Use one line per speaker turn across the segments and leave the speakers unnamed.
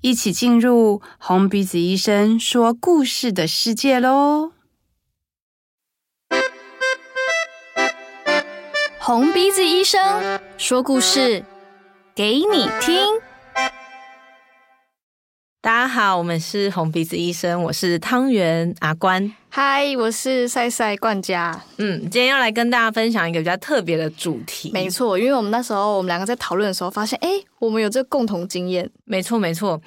一起进入红鼻子医生说故事的世界喽！
红鼻子医生说故事给你听。
大家好，我们是红鼻子医生，我是汤圆阿关。
嗨，我是赛赛冠佳。
嗯，今天要来跟大家分享一个比较特别的主题。
没错，因为我们那时候我们两个在讨论的时候，发现哎、诶我们有这个共同经验。
没错，没错。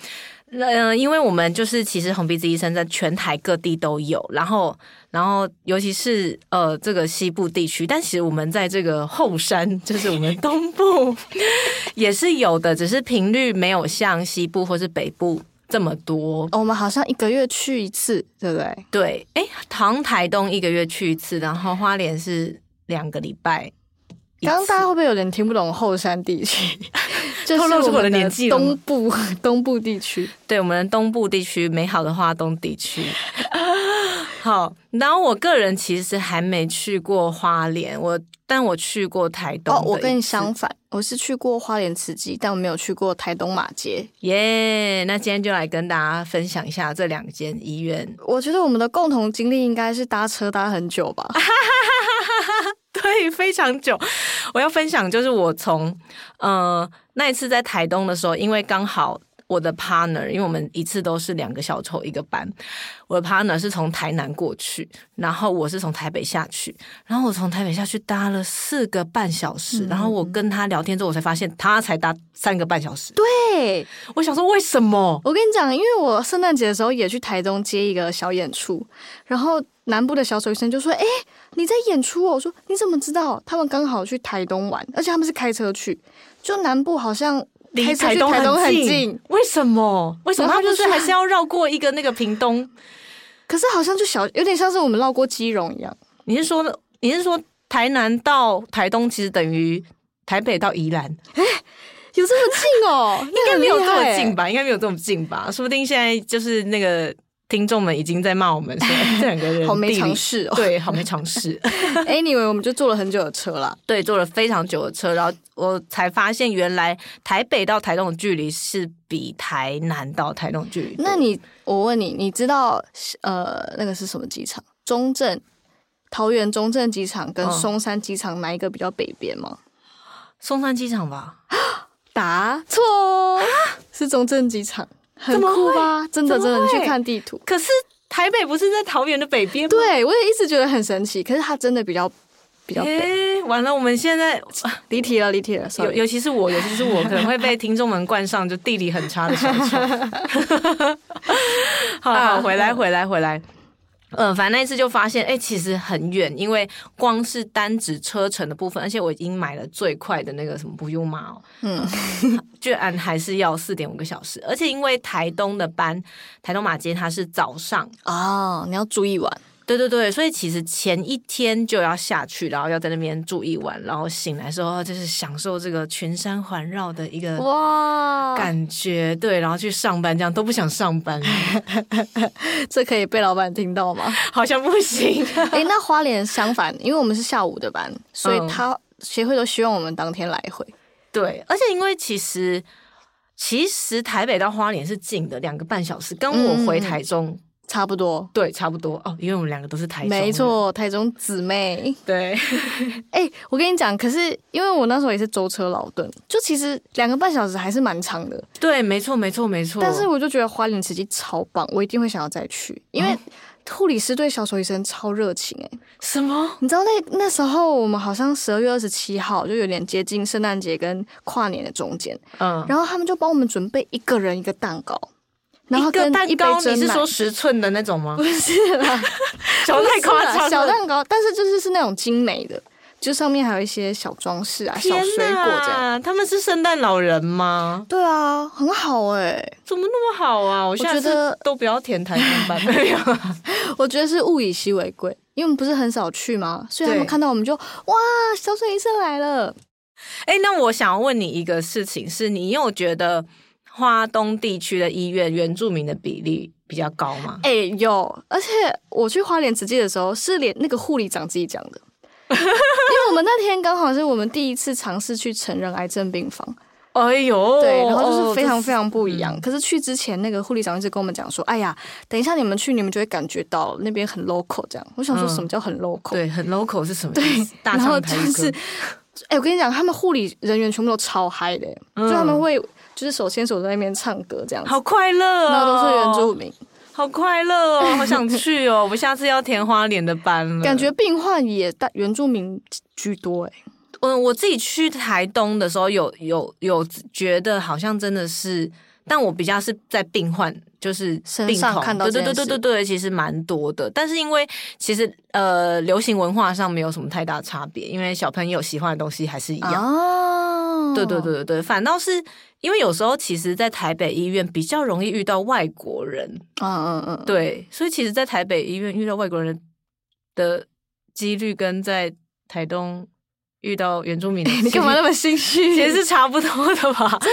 呃，因为我们就是其实红鼻子医生在全台各地都有，然后，然后尤其是呃这个西部地区，但其实我们在这个后山， 就是我们东部 也是有的，只是频率没有像西部或是北部这么多。
哦我们好像一个月去一次，对不对？
对，哎，好像台东一个月去一次，然后花莲是两个礼拜一次。
刚刚大家会不会有点听不懂后山地 区？就
透露出
是
我的
们
年纪了吗
东部 东部地区，
对我们东部地区美好的华东 地区。好，然后我个人其实还没去过花莲，我但我去过台东的
哦
一，次。
我跟你相反，我是去过花莲慈济，但我没有去过台东马街。
耶那今天就来跟大家分享一下这两间医院。
我觉得我们的共同经历应该是搭车搭很久吧。
对，非常久。我要分享就是我从呃那一次在台东的时候，因为刚好我的 partner，因为我们一次都是两个小丑一个班，我的 partner 是从台南过去，然后我是从台北下去，然后我从台北下去搭了四个半小
嗯
时，然后我跟他聊天之后，我才发现他才搭三个半小时。对，
对，
我想说为什么？
我跟你讲，因为我圣诞节的时候也去台东接一个小演出，然后南部的小丑医生就说：“哎、你在演出哦？”我说：“你怎么知道？他们刚好去台东玩，而且他们是开车去，就南部好像
离
开车
台
去
东
台东
很
很
近
近，，
为什么？为什么
然
他
后他就
不
是说
还是要绕过一个那个屏东？
可是好像就小，有点像是我们绕过基隆一样。
你是说你是说台南到台东其实等于台北到宜兰，应
有这么近哦？ 应
该没有这么近？吧？应该没有这么近吧？说不定现在就是那个听众们已经在骂我们说 哎这两个人
好没
地理
尝试哦。
对，好没尝试。
Anyway，我们就坐了很久的车啦。
对，坐了非常久的车，然后我才发现原来台北到台东的距离是比台南到台东的距离多。
那你，我问你，你知道呃那个是什么机场？中正、桃园中正机场跟
嗯
松山机场哪一个比较北边吗？
松山机场吧？
答错哦，是中正机场，很
啊怎么
酷
会
吧？真的
怎
真
么
的，你去
会
看地图。
可是台北不是在桃园的北边吗？
对，我也一直觉得很神奇，可是它真的比较比
啊
较北。
诶完了，我们现在
离题了，离题了
尤
，sorry。
尤其是我，尤其是我，可能 会被听众们冠上就地理很差的小丑。好
啊
好，回来，回来，回来。嗯、反正那一次就发现，哎、其实很远，因为光是单指车程的部分，而且我已经买了最快的那个什么不用马哦，
嗯，
居然还是要四点五个小时，而且因为台东的班，台东马街它是早上，
哦，你要住一晚，
对对对，所以其实前一天就要下去，然后要在那边住一晚，然后醒来的时候就是享受这个群山环绕的一个
哇，
嗯感觉对，然后去上班，这样都不想上班，
这可以被老板听到 吗？
好像不行。
诶，那花莲相反，因为我们是下午的班，所
嗯
以他协会都希望我们当天来回。
对，而且因为其实其实台北到花莲是近的，两个半小时，跟我
嗯
回台中、
差不多，
对差不多哦，因为我们两个都是台中，
没，错，台中姊妹。
对，
哎、我跟你讲，可是因为我那时候也是舟车劳顿，就其实两个半小时还是蛮长的。
对，没错，没错，没错。
但是我就觉得花莲慈济超棒，我一定会想要再去，因
哦
为护理师对小丑医生超热情哎、
什么？
你知道那那时候我们好像十二月二十七号就有点接近圣诞节跟跨年的中间，
嗯，
然后他们就帮我们准备一个人一个蛋糕，然后
一个
跟
蛋
一杯
糕，
真
你是
奶
说十寸的那种吗
不？是啦，
小太夸
不是啦
张
小
了。
蛋糕，但是就是是那种精美的，就上面还有一些小装饰啊、小
天
水果这样。
哪，他们是圣诞老人吗？
对啊，很好哎、
怎么那么好啊！我
觉
下
得
次都不要填台中 班，没有啊
我觉得是物以稀为贵，因为我们不是很少去嘛，所以他们
对
看到我们就哇，小水医生来了。
哎、那我想问你一个事情，是你有觉得花东地区的医院原住民的比例比较高吗？
哎、有，而且我去花莲慈济的时候，是连那个护理长自己讲 的，因为我们那天刚好是我们第一次尝试去成人癌症病房，
哎呦，哦
对，然后就是非常非
常
常不一
嗯
样。可是去之前，那个护理长一直跟我们讲说：“哎呀，等一下你们去，你们就会感觉到那边很 local。”这样，我想说
嗯
什么叫很 local？、
对，很 local 是什么意思？大
然后就
唱台歌
是， 哎、我跟你讲，他们护理人员全部都超嗨的、欸
嗯
就他们会就是手牵手在那边唱歌这样子，
好快乐哦，
然后都是原住，民，
好快乐哦，好想去哦，我下次要填花莲的班了。
感觉病患也大原住民居多哎、
嗯，我自己去台东的时候有，有有觉得好像真的是，但我比较是在病患，就是
身
病
上
童
看到
对
这
对
件
对对对对，其实蛮多的。但是因为其实呃，流行文化上没有什么太大差别，因为小朋友喜欢的东西还是一样。
哦
对对对，对对，反倒是因为有时候其实，在台北医院比较容易遇到外国人，
嗯嗯嗯，嗯，
对，所以其实，在台北医院遇到外国人的几率跟在台东遇到原住民的几 率，
你干嘛那么心 虚？
其实是差不多的吧？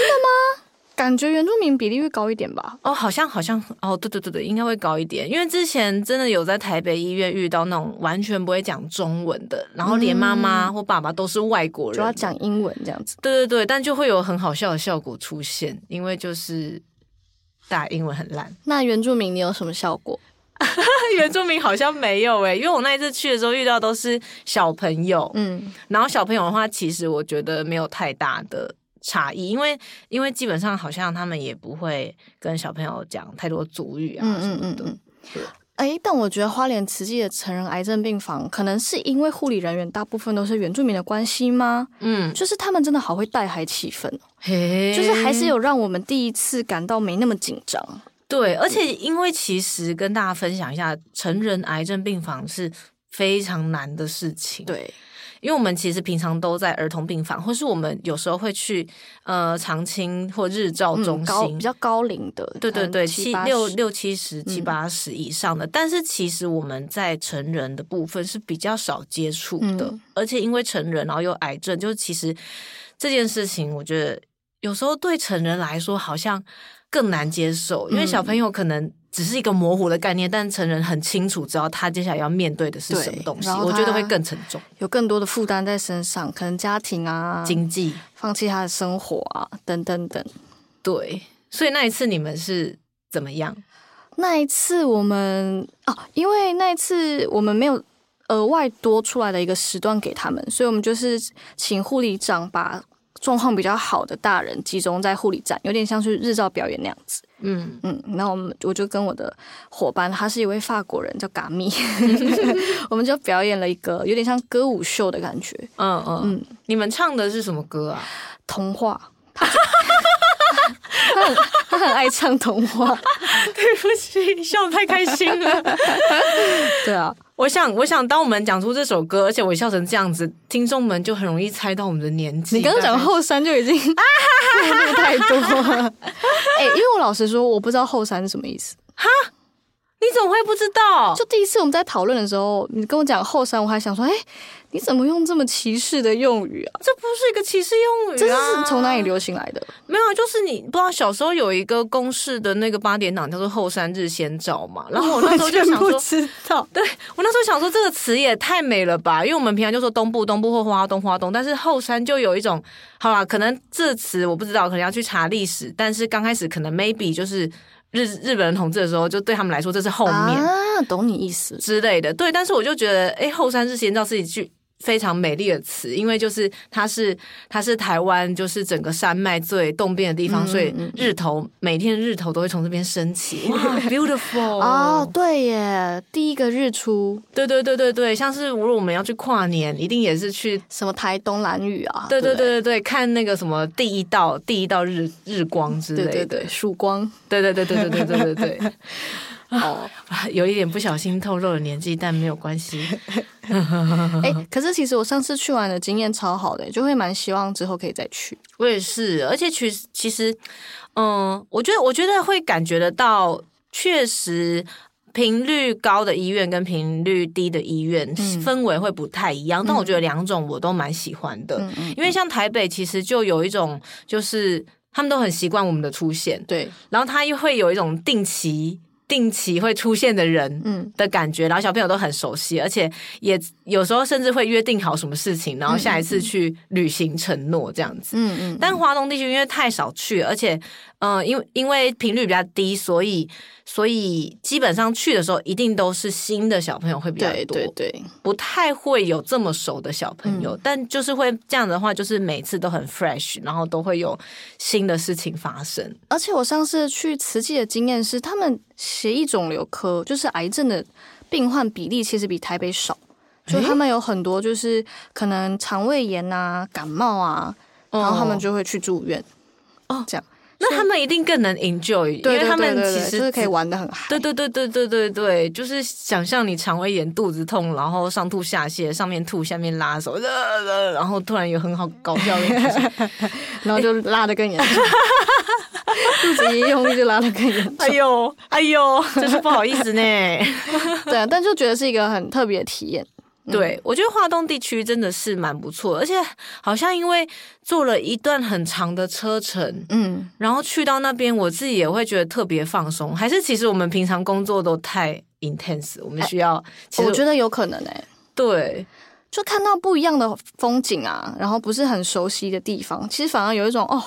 感觉原住民比例会高一点吧？
哦，好像好像哦，对对对对，应该会高一点，因为之前真的有在台北医院遇到那种完全不会讲中文的，然后连妈妈或爸爸都是外国
主
人，
要讲英文这样子。
对对对，但就会有很好笑的效果出现，因为就是大英文很烂。
那原住民你有什么效果？
原住民好像没有诶、欸因为我那一次去的时候遇到都是小朋友，
嗯，
然后小朋友的话，其实我觉得没有太大的差异，因为因为基本上好像他们也不会跟小朋友讲太多族语啊
嗯
什
嗯
么
嗯
的。
嗯哎，但我觉得花莲慈济的成人癌症病房，可能是因为护理人员大部分都是原住民的关系吗？
嗯，
就是他们真的好会带孩气氛哦，
嘿
就是还是有让我们第一次感到没那么紧张。
对，而且因为其实跟大家分享一下，成人癌症病房是。非常难的事情，，
对，
因为我们其实平常都在儿童病房，或是我们有时候会去呃长青或日照
嗯
中心，
高比较高龄的，
对对对，
嗯七
七
八
六
十
六七十、七
嗯
八十以上的，但是其实我们在成人的部分是比较少接触的，
嗯
而且因为成人然后又癌症，就是其实这件事情，我觉得有时候对成人来说好像更难接受，因为小
嗯
朋友可能。只是一个模糊的概念，但成人很清楚知道他接下来要面对的是什么
对
东西，
然后
我觉得
他
会更沉重，
有更多的负担在身上，可能家庭啊，
经济
放弃他的生活啊，等等等。
对。所以那一次你们是怎么样？
那一次我们哦，因为那一次我们没有额外多出来的一个时段给他们，所以我们就是请护理长把状况比较好的大人集中在护理站，有点像是日照表演那样子。
嗯，
嗯，那我们我就跟我的伙伴，他是一位法国人，叫嘎米， 我们就表演了一个有点像歌舞秀的感觉，
嗯嗯嗯，你们唱的是什么歌啊？
童话。 他很他很爱唱童话，
对不起，笑得太开心 了。
对啊，
我想，我想，当我们讲出这首歌，而且我笑成这样子，听众们就很容易猜到我们的年纪。
你刚刚讲后山就已 经透露太多了。 哎、因为我老实说，我不知道后山是什么意思。
你怎么会不知道？
就第一次我们在讨论的时候，你跟我讲后山，我还想说，哎、你怎么用这么歧视的用语啊？
这不是一个歧视用语、啊，
这是从哪里？流行来的？
没有啊，就是你不知道小时候有一个公式的那个八点档叫做“后山日先照”嘛，然后我那时候就 想
完全不
说。
知道。
对我那时候想说这个词也太美了吧，因为我们平常就说东部东部或花东花东，但是后山就有一种，好啦，可能这词我不知道，可能要去查历史，但是刚开始可能 maybe 就是日日本人统治的时候，就对他们来说这是后面
啊，懂你意思。
之类的，对，但是我就觉得，哎，后山日先照是一句。非常美丽的词，因为就是它是它是台湾就是整个山脉最动变的地方，
嗯
所以
嗯嗯
日头每天日头都会从这边升起，哇 ，beautiful
哦，对耶，第一个日出，
对对对对对，像是如果我们要去跨年，一定也是去。
什么台东蓝雨啊？
对
对
对
不
对对对，看那个什么第一道第一道日日光之
对
类
对
的
对，，曙光。
对对对对对对对对对。
哦，
有一点不小心透露了年纪，但没有关系。
哎、可是其实我上次去玩的经验超好的，就会蛮希望之后可以再去。
我也是，而且其实其实，嗯，我觉得我觉得会感觉得到，确实频率高的医院跟频率低的医院、
嗯
氛围会不太一样，但我觉得两种我都蛮喜欢的，
嗯嗯，
因为像台北其实就有一种就是他们都很习惯我们的出现，
对，
然后他又会有一种定期定期会出现的人，
嗯，
的感觉，然后小朋友都很熟悉，而且也有时候甚至会约定好什么事情，然后下一次去履行承诺这样子。
嗯嗯，
但华东地区因为太少去，而且，嗯、因为因为频率比较低，所以所以基本上去的时候一定都是新的小朋友会比较
对
多，
对对，
不太会有这么熟的小朋友。
嗯
但就是会这样的话，就是每次都很 fresh，然后都会有新的事情发生。
而且我上次去慈济的经验是，他们血液肿瘤科就是癌症的病患比例其实比台北少，就他们有很多就是可能肠胃炎啊、感冒啊，然后他们
哦
就会去住院。
哦
这样，
那他们一定更能 enjoy，
对
因为
对
他们
对对
其
对
实
就是可以
只
玩的很嗨。
对对对对对对对，就是想象你肠胃炎、肚子痛，然后上吐下泻，上面吐，下面拉手，呃呃然后突然有很好搞笑的 事情，
然后就拉的更严 重，肚子一用力就拉的更严重。
呦哎呦，真是不好意思呢。
对啊，但就觉得是一个很特别的体验。
对，我觉得华东地区真的是蛮不错，而且好像因为坐了一段很长的车程，
嗯，
然后去到那边，我自己也会觉得特别放松。还是其实我们平常工作都太 intense，我们需要，其实
呃我觉得有可能哎、
对。
就看到不一样的风景啊，然后不是很熟悉的地方，其实反而有一种哦，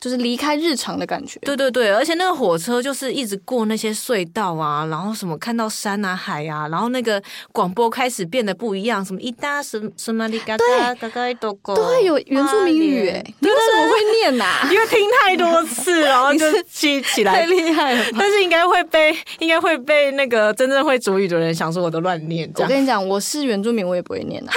就是离开日常的感觉。
对对对，而且那个火车就是一直过那些隧道啊，然后什么看到山啊、海啊，然后那个广播开始变得不一样，什么一搭什么什么里嘎嘎嘎嘎一朵狗，
都会有原住民语哎、
哎，
你为什么会念啊呐、
因为听太多次，然 后就记起
太
来。
厉害 了吧！
但是应该会被应该会被那个真正会主语的人想说我都乱念这
我
样，
跟你讲，我是原住民，我也不会念啊。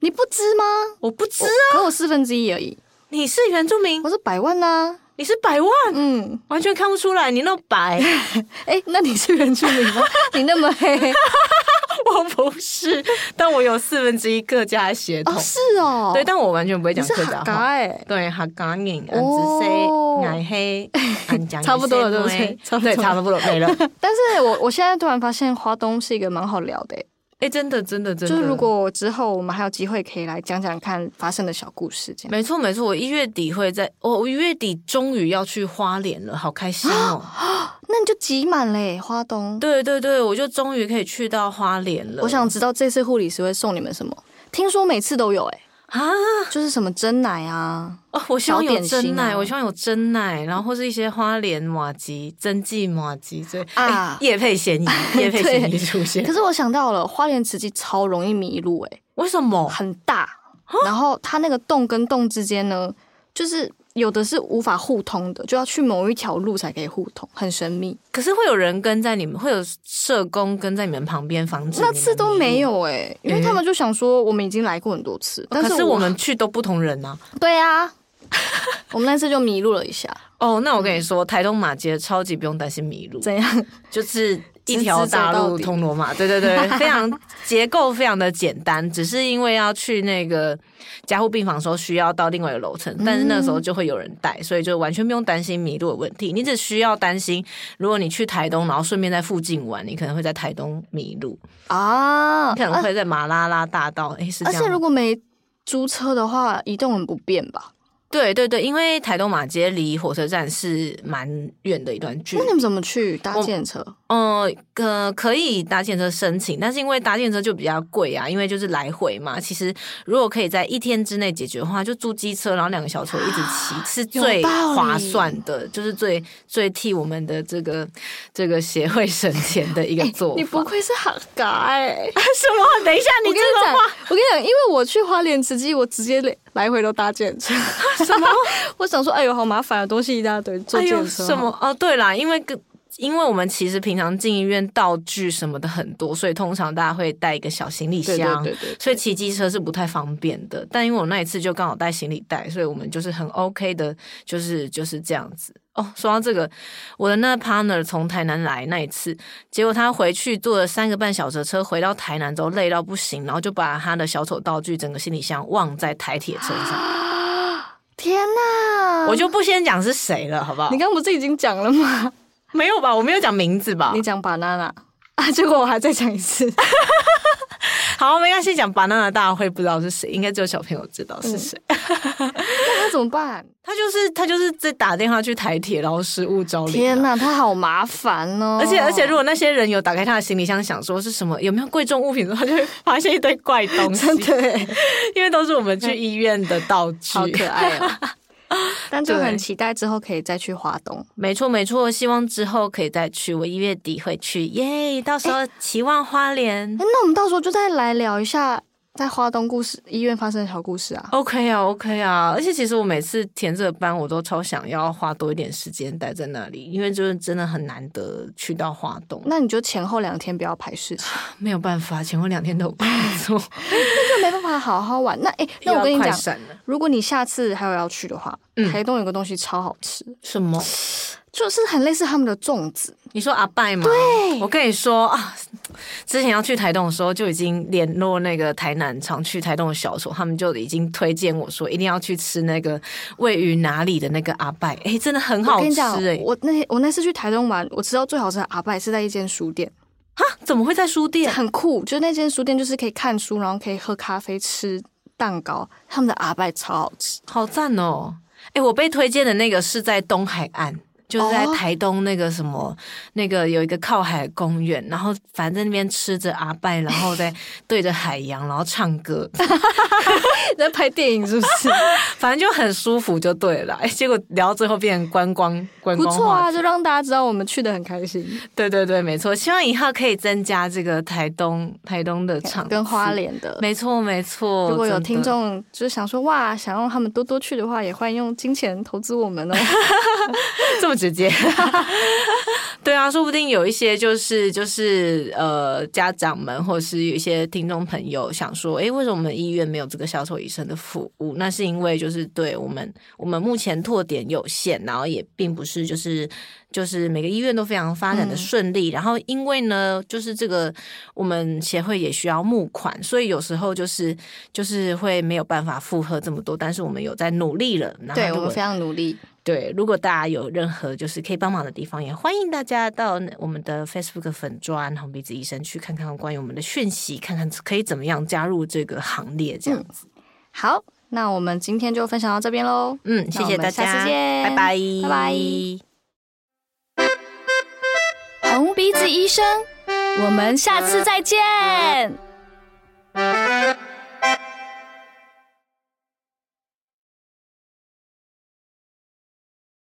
你不知吗？
我不知
我
啊，
可我四分之一而已，
你是原住民
我，是百万呐、
你是百万，
嗯，
完全看不出来，你那白，
哎、那你是原住民吗？你那么黑哦
我不是，但我有四分之一客家血统
哦，，是哦，
对，，但我完全不会
你
讲
是
客
哈
家
嘎
话。
哎、
对，客家人，俺
哦
只说俺黑，俺 讲
差不多了对不对差不多
对，差不多了没了。
但是我我现在突然发现，花东是一个蛮好聊的、欸，
哎，真的，真的，真的。
就是如果之后我们还有机会可以来讲讲看发生的小故事，这样。
没错没错，我一月底会在，我我一月底终于要去花莲了，好开心 哦！
那你就挤满嘞，花东。
对对对，我就终于可以去到花莲了。
我想知道这次护理师会送你们什么？听说每次都有、欸，
啊，
就是什么真奶啊，
哦，我希望有
小点
真
心
奶，
啊
我希望有真奶，然后或是一些花莲马吉、真迹马吉这
啊
叶配嫌疑，叶配嫌疑出现
可，是我想到了，花莲慈济超容易迷路、欸，
为什么？
很大，然后它那个洞跟洞之间呢，就是有的是无法互通的，就要去某一条路才可以互通，很神秘。
可是会有人跟在你们，会有社工跟在你们旁边防止你
那
们
次都没有哎、因为
诶
他们就想说我们已经来过很多次，
迷路。
但
可
哦是
是我们去都不同人呐、
对 啊，我们那次就迷路了一下，
哦，那我跟你
嗯
说，台东马街超级不用担心迷路，
怎样？
就是一条大
直直走
路
到底
通罗马。对对对，非常结构非常的简单，只是因为要去那个加护病房的时候需要到另外一个楼层，但是那时候
嗯
就会有人带，所以就完全不用担心迷路的问题。你只需要担心，如果你去台东，然后顺便在附近玩，你可能会在台东迷路，
啊，
你可能会在马拉拉大道，诶，是这
而
样
且
吗
如果没租车的话，移动很不便吧？
对对对，因为台东马街离火车站是蛮远的一段距
那
离
你。们怎么去搭建车？
呃，可可以搭建车申请，但是因为搭建车就比较贵啊，因为就是来回嘛。其实如果可以在一天之内解决的话，就租机车，然后两个小时我一直骑，是最
道理
划算的，就是最最替我们的这个这个协会省钱的一个做法。
你不愧是哈嘎哎、
什么？等一下，
我 跟你讲，我跟你讲，因为我去花莲慈济，我直接来来回都搭建车。 什么？我想说，哎呦，好麻烦啊，东西一大堆，坐
哎
建
呦，
车、
什？么？哦，对啦，因为跟。因为我们其实平常进医院道具什么的很多，所以通常大家会带一个小行李
对对
箱，
对对对
所以骑机车是不太方便的。但因为我那一次就刚好带行李袋，所以我们就是很 OK 的，就是就是这样子。哦，说到这个，我的那 partner 从台南来那一次，结果他回去坐了三个半小时的车，回到台南之后累到不行，然后就把他的小丑道具整个行李箱忘在台铁车
啊
上。
天哪！
我就不先讲是谁了，好不好
你？刚刚不是已经讲了吗？
没有吧？我没有讲名字吧
你？讲 banana 啊，结果我还再讲一 次。
好，没关系，讲 banana 大会不知道是谁，应该只有小朋友知道是谁。
嗯那他怎么办？
他就是他就是在打电话去台铁，然后失物招领。
天哪，他好麻烦哦！
而且而且，如果那些人有打开他的行李箱，想说是什么有没有贵重物品的话，就会发现一堆怪东 西。
对，
因为都是我们去医院的道具。
好可爱 哦。但就
对
很期待之后可以再去华东。
没错没错，希望之后可以再去，我一月底会去，耶！到时候期望花莲。
哎，那我们到时候就再来聊一下在华东故事医院发生的小故事啊。
OK 啊，OK 啊，而且其实我每次填这个班，我都超想要花多一点时间待在那里，因为就是真的很难得去到花东，
那你就前后两天不要排 事情，
没有办法，前后两天都有工 作，
那就没办法好好玩。那 哎，那
又
我
要
跟你
快
讲，
闪了。
如果你下次还有要去的话，
嗯
台东有个东西超好吃，
什么？
就是很类似他们的粽子。
你说阿拜吗？对，我跟你说啊，之前要去台东的时候就已经联络那个台南常去台东的小丑，他们就已经推荐我说一定要去吃那个位于哪里的那个阿拜，哎，真的很好
我跟你
吃
讲
哎，、
我那天我那次去台东玩，我吃到最好吃的阿拜是在一间书店，
怎么会在书店？
很酷。就是那间书店就是可以看书，然后可以喝咖啡、吃蛋糕，他们的阿拜超好吃。
好赞哦！哎，我被推荐的那个是在东海岸。就是在
哦
台东那个什么，那个有一个靠海公园，然后反正在那边吃着阿拜，然后再对着海洋，然后唱歌，
你在拍电影是不 是？
反正就很舒服就对了。哎，结果聊到最后变成观光观
不
光
错
话
啊，
题，
就让大家知道我们去的很开心，
对对对，没错。希望以后可以增加这个台东台东的场
跟花
次，
莲的。
没错没错。
如果有
真的
听，众就是想说哇，想让他们多多去的话，也欢迎用金钱投资我们 哦。
这么直接， 对啊，说不定有一些就是就是呃家长们或者是有一些听众朋友想说，诶，为什么我们医院没有这个小丑医生的服务？那是因为就是对我们我们目前拓点有限，然后也并不是就是就是每个医院都非常发展的
嗯
顺利。然后因为呢，就是这个我们协会也需要募款，所以有时候就是就是会没有办法负荷这么多，但是我们有在努力了。然后
对
如
我们
果
非常努力。
对，如果大家有任何就是可以帮忙的地方，也欢迎大家到我们的 Facebook 粉专“红鼻子医生”去看看关于我们的讯息，看看可以怎么样加入这个行列。这
嗯
样子，
好，那我们今天就分享到这边喽。
嗯，谢
那我
谢
们
大家，
下次见
拜拜，
拜拜
红鼻子医生，我们下次再见。